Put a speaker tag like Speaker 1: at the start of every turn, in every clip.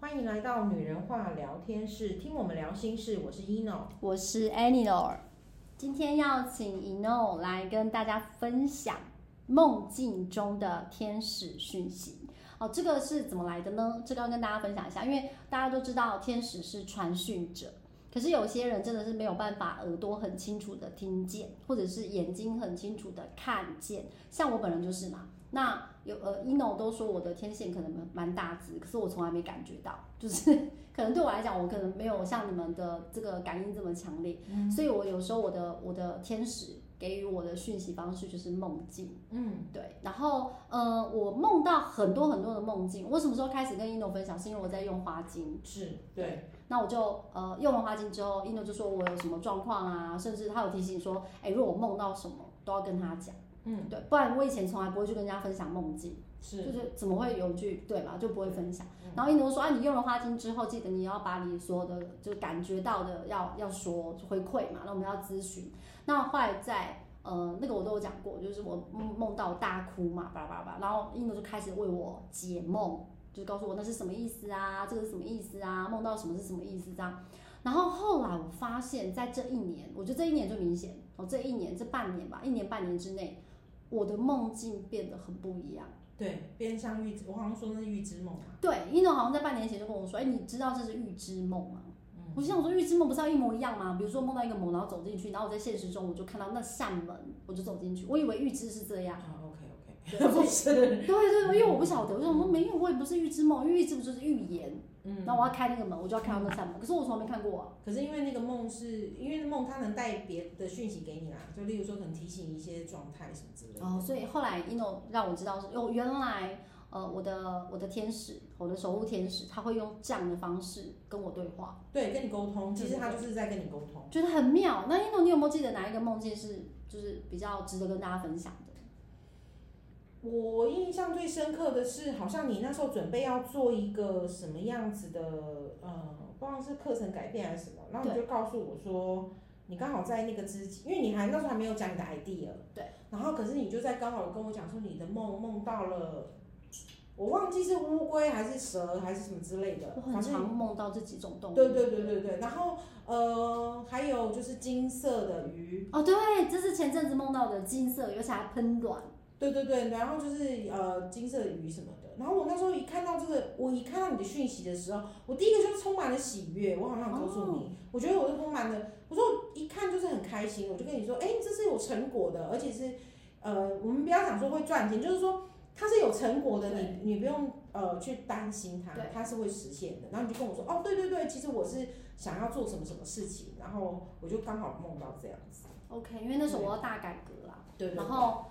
Speaker 1: 欢迎来到女人话聊天室，听我们聊心事。我是 Eno，
Speaker 2: 我是 Anilor，今天要请 Eno 来跟大家分享梦境中的天使讯息。哦，这个是怎么来的呢？这个要跟大家分享一下，因为大家都知道天使是传讯者，可是有些人真的是没有办法耳朵很清楚的听见，或者是眼睛很清楚的看见。像我本人就是嘛，那有呃，ino 都说我的天线可能蛮蛮大只，可是我从来没感觉到， 就是可能对我来讲，我可能没有像你们的这个感应这么强烈，所以我有时候我的我的天使给予我的讯息方式就是梦境，
Speaker 1: 嗯，
Speaker 2: 对，然后呃，我梦到很多很多的梦境，我什么时候开始跟 ino 分享？是因为我在用花精，
Speaker 1: 是对，
Speaker 2: 那我就呃用完花精之后，ino 就说我有什么状况啊，甚至他有提醒说，哎、如果我梦到什么都要跟他讲，
Speaker 1: 嗯，
Speaker 2: 对，不然我以前从来不会去跟人家分享梦境。
Speaker 1: 是
Speaker 2: 就是怎么会有句对嘛，就不会分享
Speaker 1: 嗯。
Speaker 2: 然后印度说啊，你用了花精之后，记得你要把你所有的就感觉到的要要说回馈嘛，那我们要咨询。那后来在呃那个我都有讲过，就是我梦梦到大哭嘛，巴拉巴拉巴拉，然后印度就开始为我解梦，就是告诉我那是什么意思啊，这个是什么意思啊，梦到什么是什么意思这样。然后后来我发现，在这一年，我觉得这一年最明显，哦，这一年这半年吧，一年半年之内，我的梦境变得很不一样。
Speaker 1: 对，边上预知，我好像说那是预知梦嘛，
Speaker 2: 对，一诺好像在半年前就跟我说：“哎、你知道这是预知梦吗？”我就想说，预知梦不是要一模一样吗？比如说梦到一个梦，然后走进去，然后我在现实中我就看到那扇门，我就走进去。我以为预知是 这样，
Speaker 1: 啊，OK OK，
Speaker 2: 对
Speaker 1: 不是，
Speaker 2: 对对，因为我不晓得，我想说没有，我也不是预知梦，因为预知不就是预言？
Speaker 1: 嗯，
Speaker 2: 然后我要开那个门，我就要看到那扇门，可是我从来没看过、啊。
Speaker 1: 可是因为那个梦是因为梦，它能带别的讯息给你啦，就例如说可能提醒一些状态什么之类的，
Speaker 2: 哦，所以后来 ino 让我知道说，哦，原来呃，我的我的天使，我的守护天使，他会用这样的方式跟我对话。
Speaker 1: 对，跟你沟通，其实它就是在跟你沟通。
Speaker 2: 觉得很妙。那一诺，你有没有记得哪一个梦境是就是比较值得跟大家分享的？
Speaker 1: 我印象最深刻的是，好像你那时候准备要做一个什么样子的，呃，不知道是课程改变还是什么，然后你就告诉我说，你刚好在那个之前，因为你还那时候还没有讲你的 idea，
Speaker 2: 对，
Speaker 1: 然后可是你就在刚好跟我讲说你的梦梦到了，我忘记是乌龟还是蛇还是什么之类的
Speaker 2: 我，
Speaker 1: 反
Speaker 2: 很
Speaker 1: 正
Speaker 2: 常梦到这几种动物。
Speaker 1: 对对对对对，然后呃，还有就是金色的鱼，
Speaker 2: 哦，对，这是前阵子梦到的金色，而且还喷卵。
Speaker 1: 对对对，然后就是呃金色的鱼什么的。然后我那时候一看到这个，我一看到你的讯息的时候，我第一个就是充满了喜悦。我好像有告诉你，我觉得我就充满了，我说我一看就是很开心，我就跟你说，哎，这是有成果的，而且是呃，我们不要讲说会赚钱，就是说它是有成果的，
Speaker 2: 对
Speaker 1: 你你不用呃去担心它
Speaker 2: 对，
Speaker 1: 它是会实现的。然后你就跟我说，哦，对对对，其实我是想要做什么什么事情，然后我就刚好梦到这样子。
Speaker 2: OK，因为那时候我要大改革啦。
Speaker 1: 对对对
Speaker 2: 然后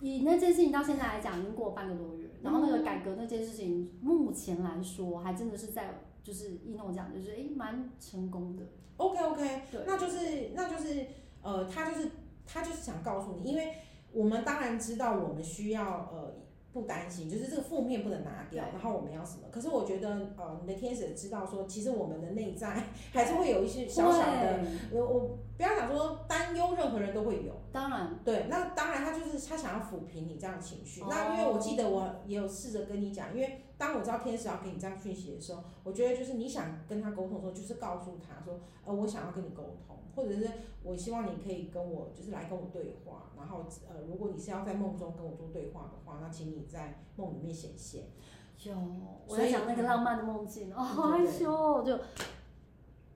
Speaker 2: 以那件事情到现在来讲，已经过半个多
Speaker 1: 嗯
Speaker 2: 月。然后那个改革那件事情，目前来说还真的是在就是一诺讲，就是诶蛮成功的。
Speaker 1: OK OK，
Speaker 2: 对
Speaker 1: 那就是那就是呃，他就是他就是想告诉你，因为我们当然知道我们需要呃不担心，就是这个负面不能拿掉，
Speaker 2: 对
Speaker 1: 然后我们要什么？可是我觉得呃，你的天使知道说，其实我们的内在 还是会有一些小小的，
Speaker 2: 对，
Speaker 1: 我我不要讲说担忧，任何人都会有。
Speaker 2: 当然
Speaker 1: 对，那当然，他就是他想要抚平你这样的情绪。
Speaker 2: 哦
Speaker 1: 那因为我记得我也有试着跟你讲，因为当我知道天使要给你这样讯息的时候，我觉得就是你想跟他沟通的时候，就是告诉他说，呃，我想要跟你沟通，或者是我希望你可以跟我就是来跟我对话。然后呃，如果你是要在梦中跟我做对话的话，那请你在梦里面显现。
Speaker 2: 有，我
Speaker 1: 所以嗯
Speaker 2: 在讲那个浪漫的梦境，哦，好
Speaker 1: 对
Speaker 2: 害
Speaker 1: 对
Speaker 2: 羞哦，就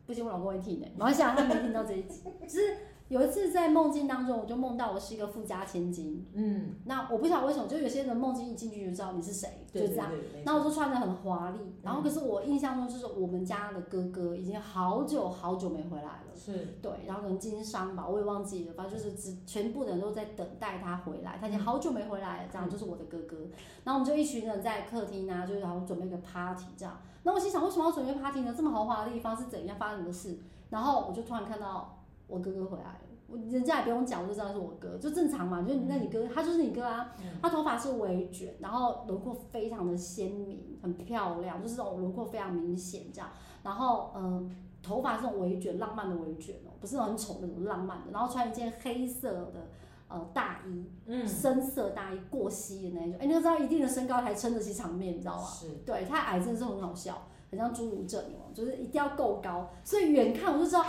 Speaker 2: 不行，我老公会听的，没关系啊，他没听到这一集。只是有一次在梦境当中，我就梦到我是一个富家千金，
Speaker 1: 嗯，
Speaker 2: 那我不晓得为什么，就有些人梦境一进去就知道你是谁，就
Speaker 1: 对
Speaker 2: 这
Speaker 1: 对
Speaker 2: 样。
Speaker 1: 对，嗯
Speaker 2: 然后我
Speaker 1: 后
Speaker 2: 就穿的很华丽，然后可是我印象中就是我们家的哥哥已经好久好久没回来了。
Speaker 1: 是
Speaker 2: 对，然后可能经商吧，我也忘记了，反正就是只全部的人都在等待他回来，他已经好久没回来了，这样就是我的哥哥。然后我们就一群人在客厅啊，就是好像准备一个 party 这样。那我心想，为什么要准备 party 呢？这么豪华的地方是怎样发生的事？然后我就突然看到我哥哥回来了。我人家也不用讲，我就知道是我哥，就正常嘛。就是那你哥，他就是你哥啊。他头发是微卷，然后轮廓非常的鲜明，很漂亮，就是这种轮廓非常明显这样。然后嗯、呃头发是那种微卷，浪漫的微卷哦，不是那种很丑的那种浪漫的。然后穿一件黑色的呃大衣，
Speaker 1: 嗯，
Speaker 2: 深色大衣过膝的那一种，哎、你就知道一定的身高才撑得起场面，你知道吗？
Speaker 1: 是，
Speaker 2: 对，太矮真的是很好笑，很像侏儒症哦，就是一定要够高，所以远看我就知道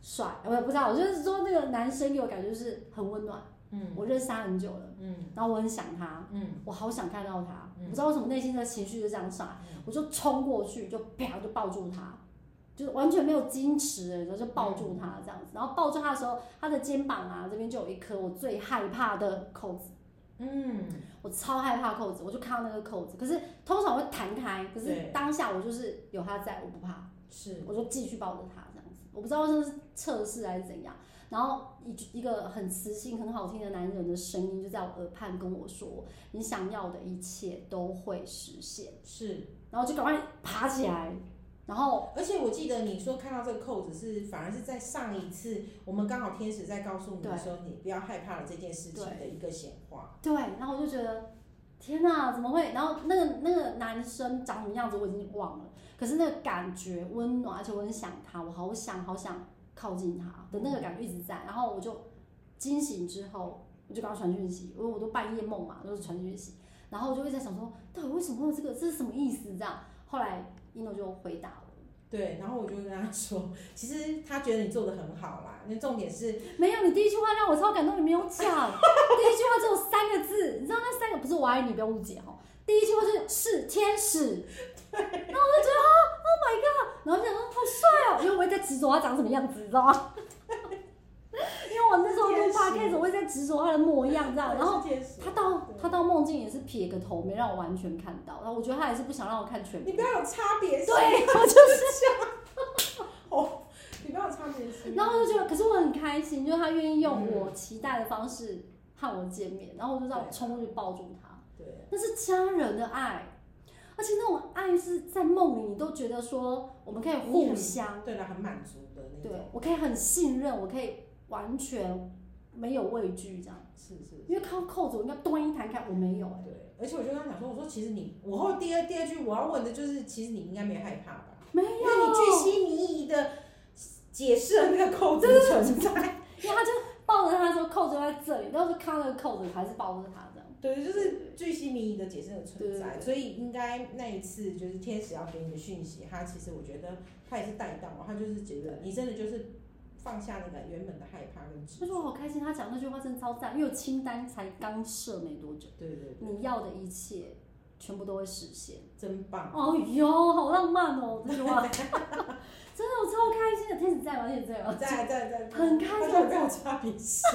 Speaker 2: 帅，我也不知道，我就是说那个男生给我感觉就是很温暖，
Speaker 1: 嗯
Speaker 2: 我认识他很久了，
Speaker 1: 嗯
Speaker 2: 然后我很想他，
Speaker 1: 嗯，
Speaker 2: 我好想看到他，
Speaker 1: 嗯
Speaker 2: 我不知道为什么内心的情绪就这样上来，我就冲过去，就啪就抱住他，就是完全没有矜持的，然后就抱住
Speaker 1: 嗯
Speaker 2: 他这样子。然后抱住他的时候，他的肩膀啊这边就有一颗我最害怕的扣子，
Speaker 1: 嗯，
Speaker 2: 我超害怕扣子，我就看到那个扣子，可是通常会弹开，可是
Speaker 1: 对
Speaker 2: 当下我就是有他在，我不怕。
Speaker 1: 是，
Speaker 2: 我就继续抱着他这样子，我不知道这是测试还是怎样。然后一一个很磁性、很好听的男人的声音就在我耳畔跟我说：“你想要的一切都会实现。
Speaker 1: 是，”
Speaker 2: 然后我就赶快爬起来，然后
Speaker 1: 而且我记得你说看到这个扣子是，反而是在上一次我们刚好天使在告诉你
Speaker 2: 对
Speaker 1: 说你不要害怕了这件事情的一个显化，
Speaker 2: 对，然后我就觉得天哪，怎么会？然后那个那个男生长什么样子我已经忘了，可是那个感觉温暖，而且我很想他，我好想好想靠近他的那个感觉一直在。然后我就惊醒之后，我就给他传讯息，因为我都半夜梦嘛，都是传讯息。然后我就一直在想说，到底为什么会有这个？这是什么意思？这样，后来一诺就回答我，
Speaker 1: 对，然后我就跟他说，其实他觉得你做的很好啦，那重点是
Speaker 2: 没有，你第一句话让我超感动，你没有讲，第一句 话只有三个字，你知道那三个不是我爱你，不要误解哦。第一句话就是是天使，然后我就觉得啊，Oh my 哦 god，然后就想说好帅哦，因为我会在执着他长什么样子，你知道 吗？因为我那时候录
Speaker 1: 天使
Speaker 2: podcast，我会在执着他的模样这样，然后
Speaker 1: 是天使
Speaker 2: 他到他到梦境也是撇个头，没让我完全看到，然后我觉得他也是不想让我看全
Speaker 1: 你
Speaker 2: 部
Speaker 1: 不，要有差别心，
Speaker 2: 对，我就是。
Speaker 1: 哦，你不要有差别心，
Speaker 2: 然后我就觉得，可是我很开心，就是他愿意用我期待的方式和我见面，然后我就让我冲过去抱住他，
Speaker 1: 对，
Speaker 2: 那是家人的爱，而且那种爱是在梦里，你都觉得说我们可以互相，
Speaker 1: 对了，很满足的那
Speaker 2: 对
Speaker 1: 种，
Speaker 2: 我可以很信任，我可以完全没有畏惧这样，
Speaker 1: 是是
Speaker 2: 因为靠扣子我应该端一弹开，我没有哎、
Speaker 1: 对，而且我就跟他讲说，我说其实你，我后第二第二句我要问的就是，其实你应该没害怕吧？
Speaker 2: 没
Speaker 1: 因为你巨
Speaker 2: 有，
Speaker 1: 细靡遗的解释了那个扣子的存在。
Speaker 2: 因为他就抱着他说扣子就在这里，但是看到那个扣子还是抱着他这样。
Speaker 1: 对，就是巨细靡遗的解释了存
Speaker 2: 对对
Speaker 1: 在，
Speaker 2: 对
Speaker 1: 所以应该那一次就是天使要给你的讯息，他其实我觉得他也是带到，他就是觉得你真的就是放下那个原本的害怕跟执
Speaker 2: 他说我
Speaker 1: 着。
Speaker 2: 好开心，他讲那句话真的超赞，因为我清单才刚设没多久，
Speaker 1: 对对对，
Speaker 2: 你要的一切全部都会实现。
Speaker 1: 真棒！
Speaker 2: 哦哟，好浪漫哦，这句 话，真的我超开心的。天使在吗？天使在吗？
Speaker 1: 在在在，
Speaker 2: 很开
Speaker 1: 他
Speaker 2: 心
Speaker 1: 就没有差别心。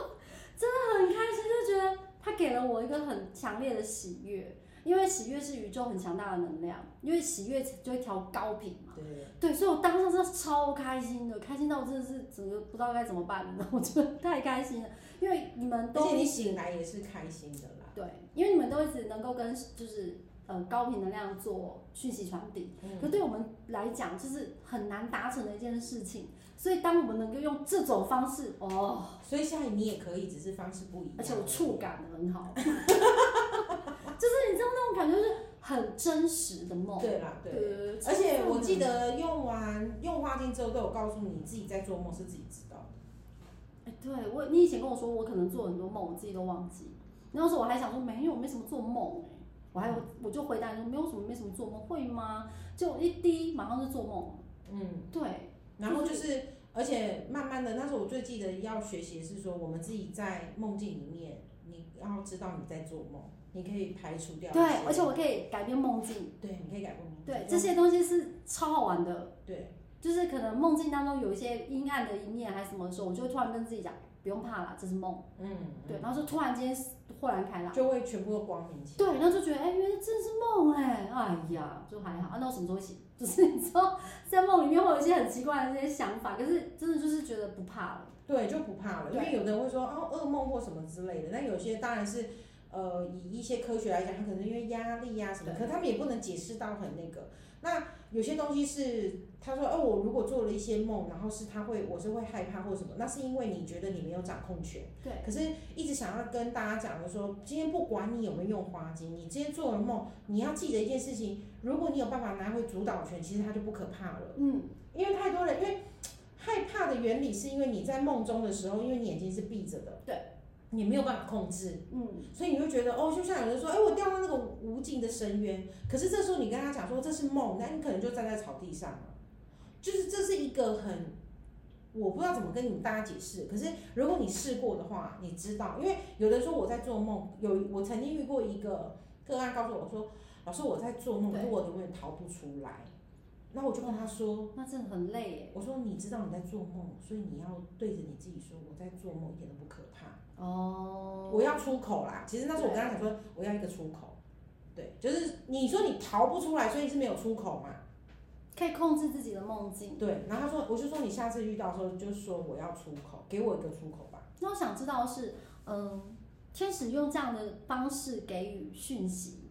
Speaker 2: 很开心，就觉得他给了我一个很强烈的喜悦，因为喜悦是宇宙很强大的能量，因为喜悦就会调高频嘛。
Speaker 1: 对，
Speaker 2: 对，所以我当时真的超开心的，开心到我真的是整个不知道该怎么办了，我觉得太开心了，因为你们
Speaker 1: 而
Speaker 2: 都
Speaker 1: 且你醒来也是开心的啦。
Speaker 2: 对，因为你们都一直能够跟就是呃高频能量做讯息传递，可
Speaker 1: 嗯，
Speaker 2: 对我们来讲就是很难达成的一件事情。所以当我们能够用这种方式，哦，
Speaker 1: 所以现在你也可以，只是方式不一样。
Speaker 2: 而且我触感得 很好，就是你知道那种感觉就是很真实的梦。
Speaker 1: 对啦，对。
Speaker 2: 对
Speaker 1: 而且我记，得用完用花精之后，都有告诉你自己在做梦是自己知道的。
Speaker 2: 哎对我你以前跟我说我可能做很多梦，我自己都忘记。那时候我还想说没有，没什么做梦哎、我
Speaker 1: 嗯
Speaker 2: 还有我就回答你说没有什么没什么做梦会吗？就我一滴马上就做梦了。
Speaker 1: 嗯，
Speaker 2: 对，
Speaker 1: 然后就是，而且慢慢的，那时候我最记得要学习的是说，我们自己在梦境里面，你要知道你在做梦，你可以排除掉一些。
Speaker 2: 对，而且我可以改变梦境，
Speaker 1: 对，你可以改变梦境。
Speaker 2: 对，这些东西是超好玩的。
Speaker 1: 对
Speaker 2: 就是可能梦境当中有一些阴暗的一面还是什么的时候，我就会突然跟自己讲，不用怕啦，这是梦。
Speaker 1: 嗯，
Speaker 2: 对，然后就突然间豁然开朗。
Speaker 1: 就会全部都光明起来。
Speaker 2: 对，然后就觉得，哎、原来真的是梦哎、哎呀，就还好。啊、那我什么时候会醒？ 就是你知道，在梦里面会有一些很奇怪的一些想法，可是真的就是觉得不怕了。
Speaker 1: 对，就不怕了，因
Speaker 2: 对
Speaker 1: 为有的人会说哦噩梦或什么之类的，那有些当然是呃以一些科学来讲，他可能因为压力呀、什么，
Speaker 2: 对
Speaker 1: 可他们也不能解释到很那个。那有些东西是他说哦我如果做了一些梦，然后是他会我是会害怕或什么，那是因为你觉得你没有掌控权。
Speaker 2: 对，
Speaker 1: 可是一直想要跟大家讲的说，今天不管你有没有用花精，你今天做了梦，你要记得一件事情，如果你有办法拿回主导权，其实它就不可怕了。
Speaker 2: 嗯，
Speaker 1: 因为太多人，因为害怕怕的原理是因为你在梦中的时候，因为你眼睛是闭着的，
Speaker 2: 对，
Speaker 1: 你没有办法控制，
Speaker 2: 嗯，
Speaker 1: 所以你会觉得哦，就像有人说，哎，我掉到那个无尽的深渊，可是这时候你跟他讲说这是梦，那你可能就站在草地上了，就是这是一个很。我不知道怎么跟你们大家解释，可是如果你试过的话，你知道，因为有人说我在做梦，有我曾经遇过一个个案告诉我说，老师我在做梦，可是我永远逃不出来。那我就跟他说，
Speaker 2: 哦那真的很累耶。
Speaker 1: 我说你知道你在做梦，所以你要对着你自己说我在做梦，一点都不可怕。
Speaker 2: 哦，
Speaker 1: 我要出口啦，其实那时候我跟他讲说我要一个出口，对，就是你说你逃不出来，所以是没有出口嘛，
Speaker 2: 可以控制自己的梦境。
Speaker 1: 对。然后他说，我就说你下次遇到的时候就说我要出口，给我一个出口吧。
Speaker 2: 那我想知道是，嗯，天使用这样的方式给予讯息，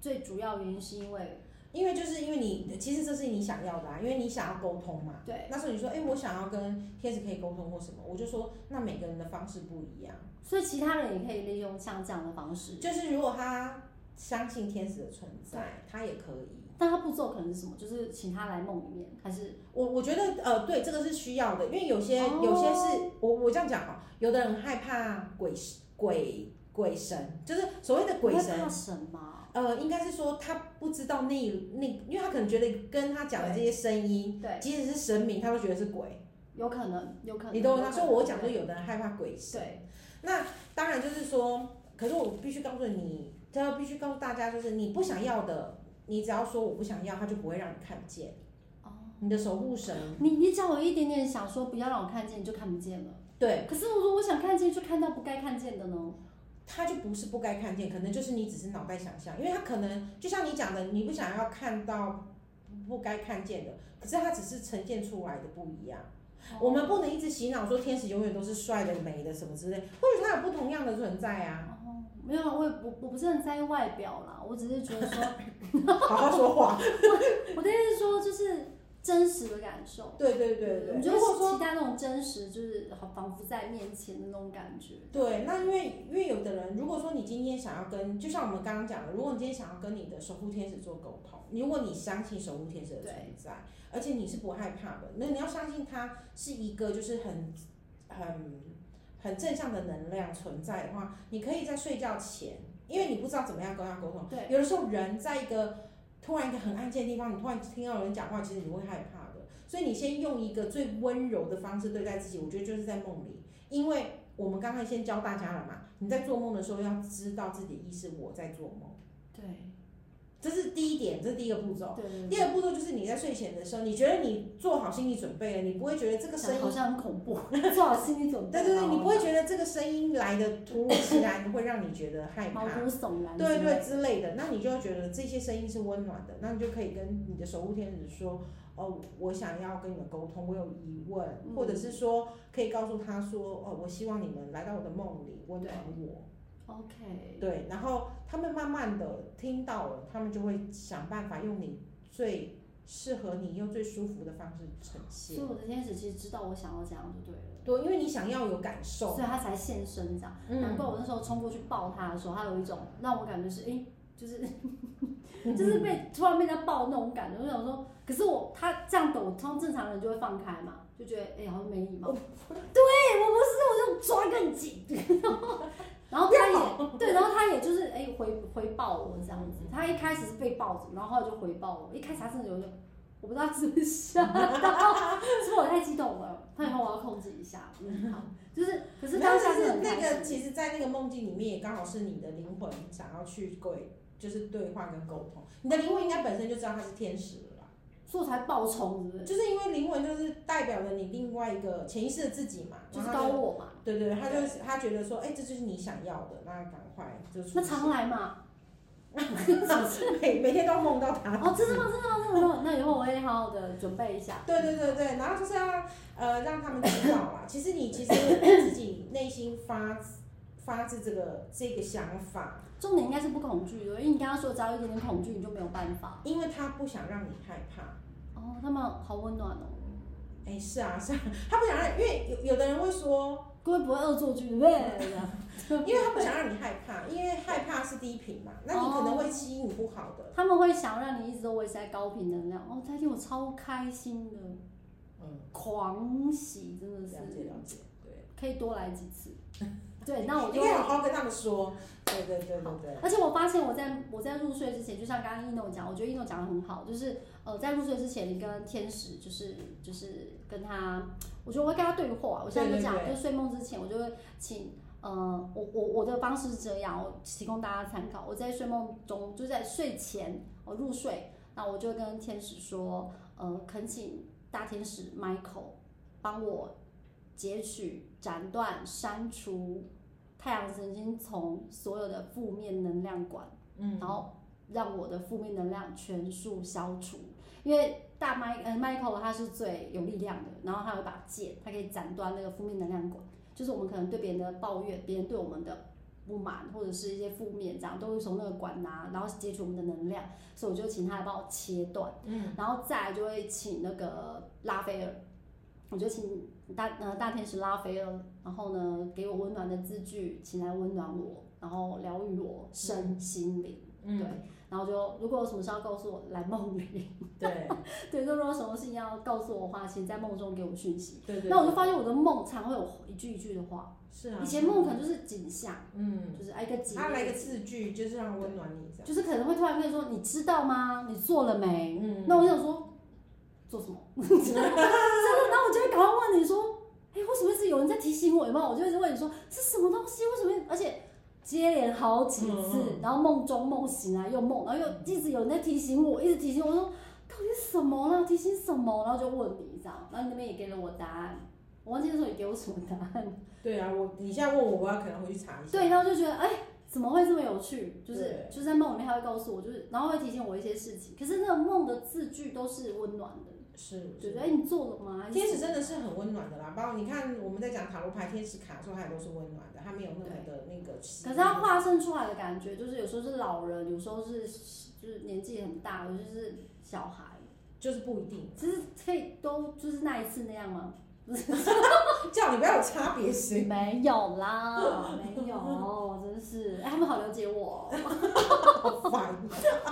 Speaker 2: 最主要原因是因为
Speaker 1: 因为就是因为你其实这是你想要的、啊，因为你想要沟通嘛。
Speaker 2: 对，
Speaker 1: 那时候你说，哎、我想要跟天使可以沟通或什么，我就说那每个人的方式不一样。
Speaker 2: 所以其他人也可以利用像这样的方式。
Speaker 1: 就是如果他相信天使的存在，他也可以。
Speaker 2: 但他步骤可能是什么？就是请他来梦里面，还是
Speaker 1: 我我觉得呃，对，这个是需要的，因为有些、
Speaker 2: 哦
Speaker 1: 有些是我我这样讲哈，有的人害怕鬼神鬼鬼神，就是所谓的鬼
Speaker 2: 你会
Speaker 1: 神
Speaker 2: 怕，神吗？
Speaker 1: 呃，应该是说他不知道那一那，因为他可能觉得跟他讲的这些声音，
Speaker 2: 对，
Speaker 1: 即使是神明，他都觉得是鬼，
Speaker 2: 有可能，有可能。
Speaker 1: 你懂我意
Speaker 2: 有
Speaker 1: 思吗？
Speaker 2: 可
Speaker 1: 所以
Speaker 2: 能
Speaker 1: 我讲说，有的人害怕鬼神，
Speaker 2: 对，
Speaker 1: 那当然就是说，可是我必须告诉你，他必须告诉大家，就是你不想要的，你只要说我不想要，他就不会让你看见。
Speaker 2: 哦
Speaker 1: 你的守护神，
Speaker 2: 你你只要有一点点想说不要让我看见，你就看不见了。
Speaker 1: 对。
Speaker 2: 可是我说我想看见，就看到不该看见的呢。
Speaker 1: 他就不是不该看见，可能就是你只是脑袋想象，因为他可能就像你讲的，你不想要看到不该看见的，可是他只是呈现出来的不一样。我们不能一直洗脑说天使永远都是帅的、美的什么之类，或许他有不同样的存在啊。
Speaker 2: 哦，没有，我也不我不是很在意外表啦，我只是觉得 说，
Speaker 1: 好好说话。
Speaker 2: 我的意思是说就是真实的感受。
Speaker 1: 对对对对，
Speaker 2: 你就
Speaker 1: 如果
Speaker 2: 会
Speaker 1: 说
Speaker 2: 期待那种真实，就是好仿佛在面前的那种感觉。
Speaker 1: 对，那因为因为有的人，如果说你今天想要跟，就像我们刚刚讲的，如果你今天想要跟你的守护天使做沟通，如果你相信守护天使的存在，而且你是不害怕的，那你要相信它是一个就是很很很正向的能量存在的话，你可以在睡觉前，因为你不知道怎么样跟他沟通，
Speaker 2: 对，
Speaker 1: 有的时候人在一个突然一个很安静的地方，你突然听到有人讲话，其实你会害怕的。所以你先用一个最温柔的方式对待自己，我觉得就是在梦里，因为我们刚才先教大家了嘛，你在做梦的时候要知道自己的意识我在做梦，
Speaker 2: 对，
Speaker 1: 这是第一点，这是第一个步骤。
Speaker 2: 对对
Speaker 1: 第
Speaker 2: 对。
Speaker 1: 二个步骤就是你在睡前的时候，你觉得你做好心理准备了，你不会觉得这个声
Speaker 2: 好
Speaker 1: 音，
Speaker 2: 像很恐怖， 做好心理准备。
Speaker 1: 对对对，你不会
Speaker 2: 得
Speaker 1: 觉得这个声音来的突如其来，会让你觉得害
Speaker 2: 毛
Speaker 1: 怕。
Speaker 2: 骨悚然之类
Speaker 1: 对
Speaker 2: 的。
Speaker 1: 对之类的，那你就会觉得这些声音是温暖的，那你就可以跟你的守护天使说，哦，我想要跟你们沟通，我有疑问，
Speaker 2: 嗯
Speaker 1: 或者是说可以告诉他说，哦，我希望你们来到我的梦里温暖我，
Speaker 2: OK，
Speaker 1: 对，然后他们慢慢的听到了，他们就会想办法用你最适合你又最舒服的方式呈现
Speaker 2: 所以，我的天使其实知道我想要怎样就对了，
Speaker 1: 对，因为你想要有感受
Speaker 2: 所，以他才现身这样。难
Speaker 1: 嗯，
Speaker 2: 怪我那时候冲过去抱他的时候，他有一种让我感觉是，诶，就是就是被突然被他抱那种感觉。我想说，可是我他这样的，我通正常人就会放开嘛，就觉得哎、好像没礼貌。 对我不是，我就抓更紧， 然后他也对，然后他也就是哎、回回报我这样子。他一开始是被抱着，然后后来就回报我。一开始他真的有点，我不知道他是不是吓到， 是不是我太激动了？他以后我要控制一下。嗯，好，就是可是当下
Speaker 1: 但是
Speaker 2: 很
Speaker 1: 那
Speaker 2: 开
Speaker 1: 个，
Speaker 2: 心。
Speaker 1: 其实，在那个梦境里面，也刚好是你的灵魂想要去鬼，就是对话跟沟通。你的灵魂应该本身就知道他是天使了啦，
Speaker 2: 所以我才爆冲，是不是？
Speaker 1: 就是因为灵魂就是代表了你另外一个潜意识的自己嘛，
Speaker 2: 就是
Speaker 1: 然
Speaker 2: 高
Speaker 1: 后
Speaker 2: 我嘛
Speaker 1: 他。就对对，他就是他觉得说，哎、这就是你想要的，那赶快就出
Speaker 2: 那常 来嘛。
Speaker 1: 现 每每天都梦到他。
Speaker 2: 哦，真的吗？真的吗？真的吗？那以后我也好好的准备一下。
Speaker 1: 对对对对，然后就是要呃让他们知道啦，其实你其实自己内心发发自这个这个想法，
Speaker 2: 重点应该是不恐惧的，因为你刚刚说只要有一点点恐惧，你就没有办法。
Speaker 1: 因为他不想让你害怕。
Speaker 2: 哦，他们好温暖哦。
Speaker 1: 哎，是啊，是啊， 他不想让，因为有有的人会说，
Speaker 2: 各位不会恶作剧对 不对？
Speaker 1: 因为他不想让你害怕，因为害怕是低频嘛，那你可能
Speaker 2: 哦
Speaker 1: 会吸引不好的。
Speaker 2: 他们会想让你一直都维持在高频能量。哦，那天我超开心的，
Speaker 1: 嗯，
Speaker 2: 狂喜，真的
Speaker 1: 了解
Speaker 2: 是
Speaker 1: 了解，嗯对，
Speaker 2: 可以多来几 次。对，那我
Speaker 1: 你
Speaker 2: 就
Speaker 1: 可以好好跟他们说，对对对对对，
Speaker 2: 而且我发现我在我在入睡之前，就像刚刚一诺讲，我觉得一诺讲的很好，就是呃，在入睡之前，你跟天使就是就是跟他，我觉得我会跟他对话。我现在就讲，
Speaker 1: 对对对
Speaker 2: 就睡梦之前，我就会请呃，我我我的方式是这样，我提供大家参考。我在睡梦中，就在睡前我入睡，那我就跟天使说，呃，恳请大天使 Michael 帮我截取、斩断、删除太阳神经从所有的负面能量管，
Speaker 1: 嗯
Speaker 2: 然后让我的负面能量全数消除。因为大麦呃 Michael 他是最有力量的，然后他有一把剑，他可以斩断那个负面能量管。就是我们可能对别人的抱怨，别人对我们的不满或者是一些负面，这样都会从那个管拿，然后截取我们的能量。所以我就请他来帮我切断。
Speaker 1: 嗯，
Speaker 2: 然后再来就会请那个拉斐尔，我就请大呃大天使拉斐尔，然后呢给我温暖的字句，请来温暖我，然后疗愈我身心灵，对
Speaker 1: 嗯，。
Speaker 2: 然后就如果有什么事要告诉我，来梦里。
Speaker 1: 对
Speaker 2: 对，就如果有什么事情要告诉我的话，请在梦中给我讯息。
Speaker 1: 对对，
Speaker 2: 那我就发现我的梦常会有一句一句的话，
Speaker 1: 是啊，
Speaker 2: 以前梦可能就是景象，
Speaker 1: 嗯，
Speaker 2: 就是哎一个景，
Speaker 1: 他来个字句，就是让温暖你这样，
Speaker 2: 就是可能会突然跟你说，你知道吗？你做了没？
Speaker 1: 嗯，
Speaker 2: 那我想说，做什么？ 真的，那我就会赶快问你说，哎、为什么一直有人在提醒我？有没有？我就一直问你说，这是什么东西？为什么？而且接连好几次，
Speaker 1: 嗯嗯
Speaker 2: 然后梦中梦醒来又梦，然后又一直有人在提醒我，一直提醒我我说，到底是什么啦？提醒什么？然后就问你这样，然后你那边也给了我答案。我忘记那时候你给我什么答案，
Speaker 1: 对啊，我你现在问我，我要可能回去查一下，
Speaker 2: 对，然后就觉得哎、怎么会这么有趣？就是
Speaker 1: 对
Speaker 2: 就是在梦里面他会告诉我，就是然后会提醒我一些事情，可是那个梦的字句都是温暖的，
Speaker 1: 是
Speaker 2: 觉
Speaker 1: 是
Speaker 2: 得哎、你做了吗？
Speaker 1: 天使真的是很温暖的啦，包括你看我们在讲塔罗牌天使卡的时候，它也都是温暖的，它没有那么的那个。
Speaker 2: 可是它化身出来的感觉，就是有时候是老人，有时候是就是年纪很大，有时候是小孩。
Speaker 1: 就是不一定，
Speaker 2: 其实可以都就是那一次那样吗？
Speaker 1: 这样你不要有差别性。
Speaker 2: 没有啦，没有，真是哎、他们好了解我哦。
Speaker 1: 好烦。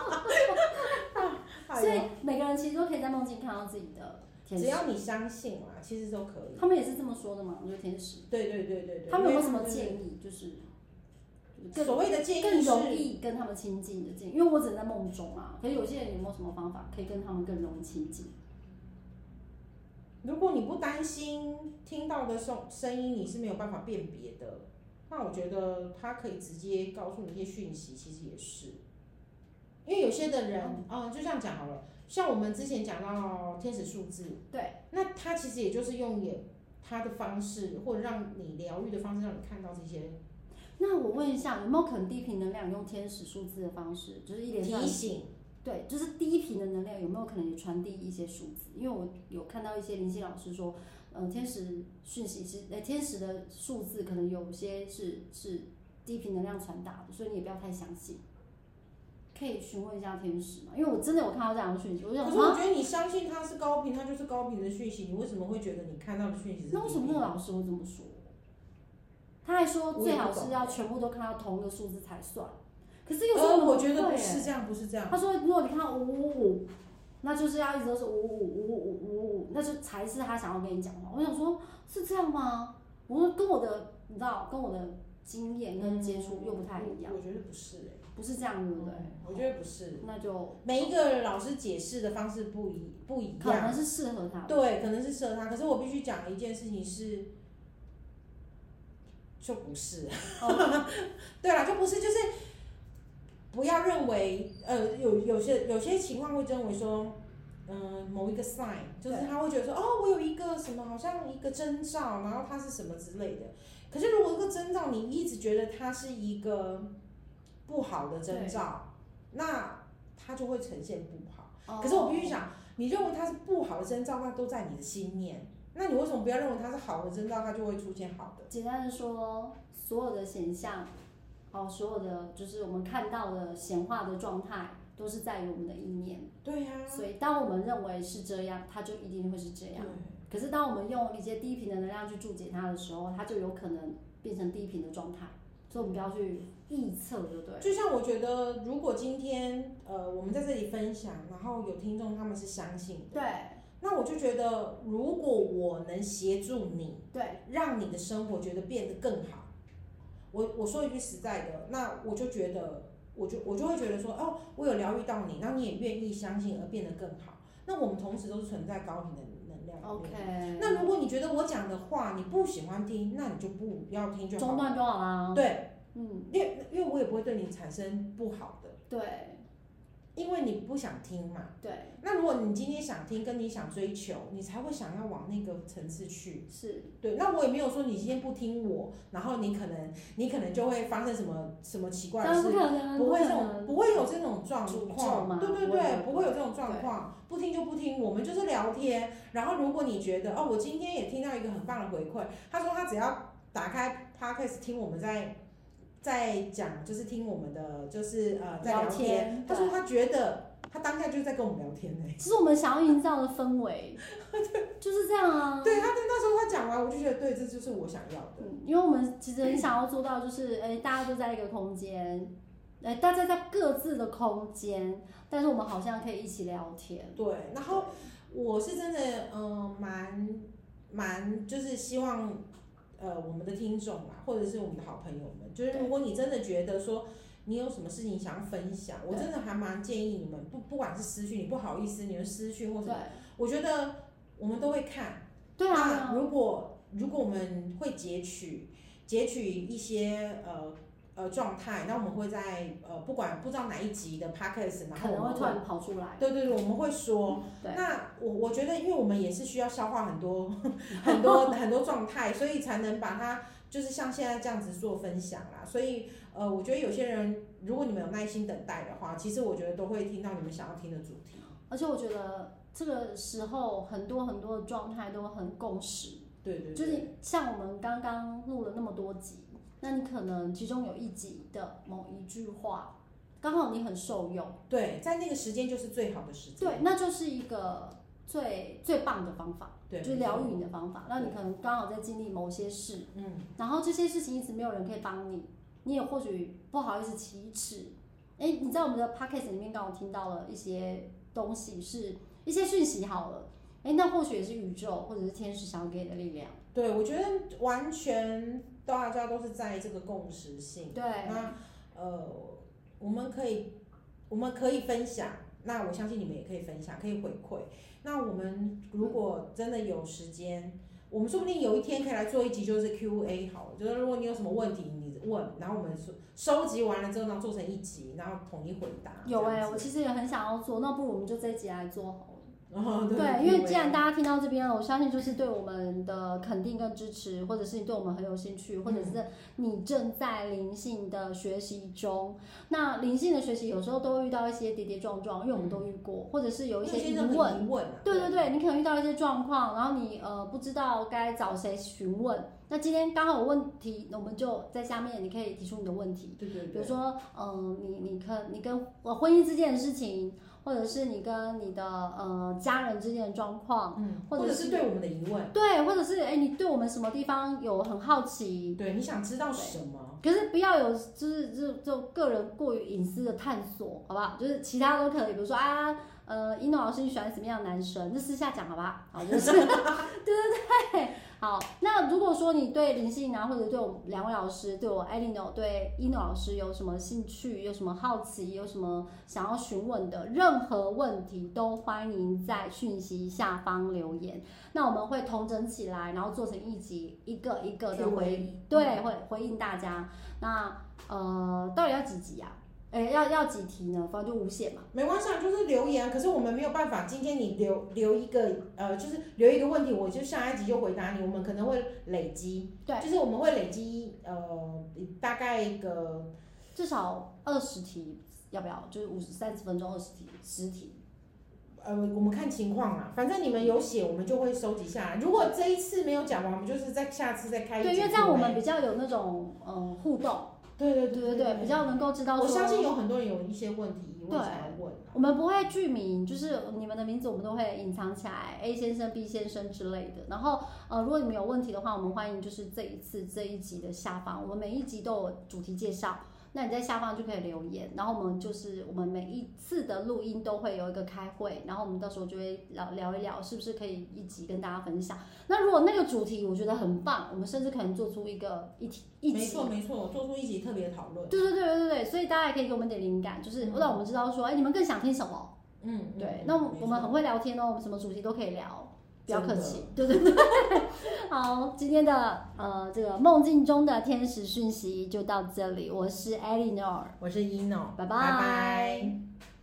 Speaker 1: 哎
Speaker 2: 所
Speaker 1: 呦
Speaker 2: 以每个人其实都可以在梦境看到自己的天
Speaker 1: 只
Speaker 2: 使，
Speaker 1: 要你相信啦，其实都可以。
Speaker 2: 他们也是这么说的嘛，我觉得天使。
Speaker 1: 对对对对对。
Speaker 2: 他们有没有什么
Speaker 1: 因为
Speaker 2: 建议？就是
Speaker 1: 就是所谓的建议
Speaker 2: 更
Speaker 1: 是
Speaker 2: 容易跟他们亲近的建议，因为我只能在梦中啊。可是有些人有没有什么方法可以跟他们更容易亲近？
Speaker 1: 如果你不担心听到的声声音，你是没有办法辨别的。那我觉得他可以直接告诉你一些讯息，其实也是，因为有些的人，嗯，就这样讲好了。像我们之前讲到天使数字，
Speaker 2: 对，
Speaker 1: 那他其实也就是用眼他的方式，或者让你疗愈的方式，让你看到这些
Speaker 2: 那我问一下，有没有可能低频能量用天使数字的方式，就是一连串
Speaker 1: 提？醒。
Speaker 2: 对，就是低频的能量有没有可能也传递一些数字？因为我有看到一些灵性老师说，呃，天使讯息是，呃，天使的数字可能有些是是低频能量传达的，所以你也不要太相信。可以询问一下天使嘛？因为我真的有看到这样的讯息，我就想
Speaker 1: 可是
Speaker 2: 说，
Speaker 1: 我
Speaker 2: 啊
Speaker 1: 觉得你相信它是高频，它就是高频的讯息，你为什么会觉得你看到的讯息是低频？
Speaker 2: 那为什么那个老师会这么说？他还说
Speaker 1: 我
Speaker 2: 最
Speaker 1: 也不
Speaker 2: 好
Speaker 1: 懂
Speaker 2: 是要全部都看到同一个数字才算。可是有时候
Speaker 1: 呃，我
Speaker 2: 们
Speaker 1: 觉得不
Speaker 2: 会耶
Speaker 1: 是这样，不是这样。
Speaker 2: 他说，如果你看到五五五，那就是要一直都是五五五五五五五，那就才是他想要跟你讲话。我想说，是这样吗？我说跟我的，你知道，跟我的经验跟接触又不太一样
Speaker 1: 我，我觉得不是哎、
Speaker 2: 不是这样，对不对？
Speaker 1: 我觉得不是。
Speaker 2: 那就
Speaker 1: 每一个老师解释的方式不一不一
Speaker 2: 可能
Speaker 1: 样，
Speaker 2: 是适合他的。
Speaker 1: 对，可能是适合他。可是我必须讲一件事情是，就不是。
Speaker 2: 哦
Speaker 1: 对啦，就不是，就是不要认为，呃，有有些有些情况会认为说，嗯、某一个 sign，就是
Speaker 2: 对
Speaker 1: 他会觉得说，哦，我有一个什么，好像一个征兆，然后它是什么之类的。可是如果这个征兆你一直觉得它是一个不好的征兆，那它就会呈现不好。
Speaker 2: 哦
Speaker 1: 可是我必须讲，你认为它是不好的征兆，那都在你的心念。那你为什么不要认为它是好的征兆，它就会出现好的？
Speaker 2: 简单的说，所有的显象，哦，所有的就是我们看到的显化的状态，都是在于我们的意念。
Speaker 1: 对呀、
Speaker 2: 所以，当我们认为是这样，它就一定会是这
Speaker 1: 对
Speaker 2: 样。可是当我们用一些低频的能量去注解它的时候，它就有可能变成低频的状态，所以我们不要去臆测，对不对？
Speaker 1: 就像我觉得，如果今天呃我们在这里分享，然后有听众他们是相信的，
Speaker 2: 对，
Speaker 1: 那我就觉得，如果我能协助你，
Speaker 2: 对，
Speaker 1: 让你的生活觉得变得更好，我我说一句实在的，那我就觉得，我就我就会觉得说，哦，我有疗愈到你，那你也愿意相信而变得更好。那我们同时都是存在高频的能量里面。
Speaker 2: ，OK，
Speaker 1: 那如果你觉得我讲的话你不喜欢听，那你就不要听就好
Speaker 2: 中
Speaker 1: 了。
Speaker 2: 断就好啦。
Speaker 1: 对，
Speaker 2: 嗯，
Speaker 1: 因为因为我也不会对你产生不好的，
Speaker 2: 对
Speaker 1: 因为你不想听嘛。
Speaker 2: 对
Speaker 1: 那如果你今天想听，跟你想追求，你才会想要往那个层次去。
Speaker 2: 是，
Speaker 1: 对，那我也没有说你今天不听我，然后你可能你可能就会发生什么什么奇怪的
Speaker 2: 但不
Speaker 1: 事，
Speaker 2: 可能，
Speaker 1: 不会
Speaker 2: 可
Speaker 1: 这种
Speaker 2: 能
Speaker 1: 不会有这种状
Speaker 2: 诅咒吗
Speaker 1: 况，对对
Speaker 2: 不会
Speaker 1: 对，
Speaker 2: 有
Speaker 1: 不会有这种状况，不听就不听，我们就是聊天。然后如果你觉得哦，我今天也听到一个很棒的回馈，他说他只要打开 podcast 听我们在在讲，就是听我们的就是呃在聊天，
Speaker 2: 天
Speaker 1: 他说
Speaker 2: 对，
Speaker 1: 他觉得他当下就是在跟我们聊天呢、
Speaker 2: 其实我们想要营造的氛围就是这样啊。
Speaker 1: 对，他对那时候他讲完，我就觉得对，这就是我想要的。
Speaker 2: 嗯，因为我们其实很想要做到，就是哎、大家都在一个空间，哎、大家在各自的空间，但是我们好像可以一起聊天。
Speaker 1: 对，然后我是真的，嗯、蛮蛮就是希望，呃，我们的听众啊，或者是我们的好朋友们，就是
Speaker 2: 对
Speaker 1: 如果你真的觉得说你有什么事情想要分享，我
Speaker 2: 对
Speaker 1: 真的还蛮建议你们，不不管是私讯，你不好意思，你们私讯或
Speaker 2: 对
Speaker 1: 者，我觉得我们都会看。
Speaker 2: 对啊，
Speaker 1: 那如果如果我们会截取截取一些呃。呃，状态，那我们会在呃，不管不知道哪一集的 podcast，然
Speaker 2: 可
Speaker 1: 后我
Speaker 2: 能
Speaker 1: 们
Speaker 2: 会突然跑出来。
Speaker 1: 对对对，我们会说。
Speaker 2: 对
Speaker 1: 那我我觉得，因为我们也是需要消化很多 很多很多状态，所以才能把它就是像现在这样子做分享啦。所以呃，我觉得有些人，如果你们有耐心等待的话，其实我觉得都会听到你们想要听的主题。
Speaker 2: 而且我觉得这个时候很多很多的状态都很共识，
Speaker 1: 对对对，
Speaker 2: 就是像我们刚刚录了那么多集，那你可能其中有一集的某一句话，刚好你很受用，
Speaker 1: 对，在那个时间就是最好的时间。
Speaker 2: 对，那就是一个最最棒的方法，
Speaker 1: 对，
Speaker 2: 就是疗愈你的方法。那你可能刚好在经历某些事，
Speaker 1: 嗯，
Speaker 2: 然后这些事情一直没有人可以帮你，你也或许不好意思启齿。哎，你在我们的 podcast 里面刚好听到了一些东西是，一些讯息好了，哎，那或许也是宇宙或者是天使想要给你的力量，
Speaker 1: 对，我觉得完全大家都是在这个共识性。
Speaker 2: 对，
Speaker 1: 那呃，我们可以，我们可以分享。那我相信你们也可以分享，可以回馈。那我们如果真的有时间，我们说不定有一天可以来做一集，就是 Q&A 好了，就是如果你有什么问题，你问，然后我们收收集完了之后，然后做成一集，然后统一回答。
Speaker 2: 有哎、
Speaker 1: 哎、
Speaker 2: 我其实也很想要做，那不如我们就这一集来做好了。
Speaker 1: 哦，对，
Speaker 2: 因为
Speaker 1: Q&A
Speaker 2: 既然大家听到这边了，我相信就是对我们的肯定跟支持，或者是你对我们很有兴趣，或者是你正在灵性的学习中。那灵性的学习有时候都会遇到一些跌跌撞撞，因为我们都遇过，或者是有一些疑
Speaker 1: 任何
Speaker 2: 问。
Speaker 1: 疑问啊，
Speaker 2: 对对对，你可能遇到一些状况，然后你呃不知道该找谁询问。那今天刚好有问题，我们就在下面你可以提出你的问题。
Speaker 1: 对对
Speaker 2: 比如
Speaker 1: 对，
Speaker 2: 说，嗯，你你跟你跟呃婚姻之间的事情，或者是你跟你的呃家人之间的状况，
Speaker 1: 嗯，
Speaker 2: 或者
Speaker 1: 或者
Speaker 2: 是
Speaker 1: 是对我们的疑问，
Speaker 2: 对，或者是哎，你对我们什么地方有很好奇，
Speaker 1: 对，你想知道什么？
Speaker 2: 可是不要有就是就就个人过于隐私的探索，好不好？就是其他都可以，比如说啊，呃，一诺老师你喜欢什么样的男生，就私下讲，好吧？好，就是 对对对，好。那如果说你对林信啊，或者对我们两位老师，对我艾莉诺，对一诺老师有什么兴趣，有什么好奇，有什么想要询问的任何问题，都欢迎在讯息下方留言。那我们会统整起来，然后做成一集，一个一个的
Speaker 1: Q&A
Speaker 2: 回对会回应大家。那呃，到底要几集啊？哎，要要几题呢？反正就无限嘛。
Speaker 1: 没关系，啊，就是留言。可是我们没有办法，今天你留留一个呃，就是留一个问题，我就下一集就回答你。我们可能会累积，
Speaker 2: 对
Speaker 1: 就是我们会累积呃，大概一个
Speaker 2: 至少二十题，要不要？就是五十三十分钟，二十题，十题。
Speaker 1: 呃，我们看情况啦。反正你们有写，我们就会收集下来。如果这一次没有讲完，我们就是在下次再开一集。
Speaker 2: 对，因为这样我们比较有那种嗯互动，
Speaker 1: 对对
Speaker 2: 对
Speaker 1: 对
Speaker 2: 对对，比较能够知道说。
Speaker 1: 我相信有很多人有一些问题疑
Speaker 2: 对
Speaker 1: 问想要问啊。
Speaker 2: 我们不会具名，就是你们的名字我们都会隐藏起来，A 先生、B 先生之类的。然后呃，如果你们有问题的话，我们欢迎就是这一次这一集的下方，我们每一集都有主题介绍。那你在下方就可以留言，然后我们就是我们每一次的录音都会有一个开会，然后我们到时候就会聊聊一聊，是不是可以一集跟大家分享。那如果那个主题我觉得很棒，我们甚至可能做出一个一题一
Speaker 1: 没
Speaker 2: 集
Speaker 1: 错没错，做出一集特别讨论。
Speaker 2: 对对对对对，所以大家也可以给我们点灵感，就是让我们知道说，哎、你们更想听什么？
Speaker 1: 嗯，
Speaker 2: 对
Speaker 1: 嗯，
Speaker 2: 那
Speaker 1: 没
Speaker 2: 我
Speaker 1: 错
Speaker 2: 我们很会聊天哦，我们什么主题都可以聊，不要客气。 对对对。好，今天的呃这个梦境中的天使讯息就到这里，我是 Eleanor，
Speaker 1: 我是 ino，
Speaker 2: 拜拜
Speaker 1: 拜拜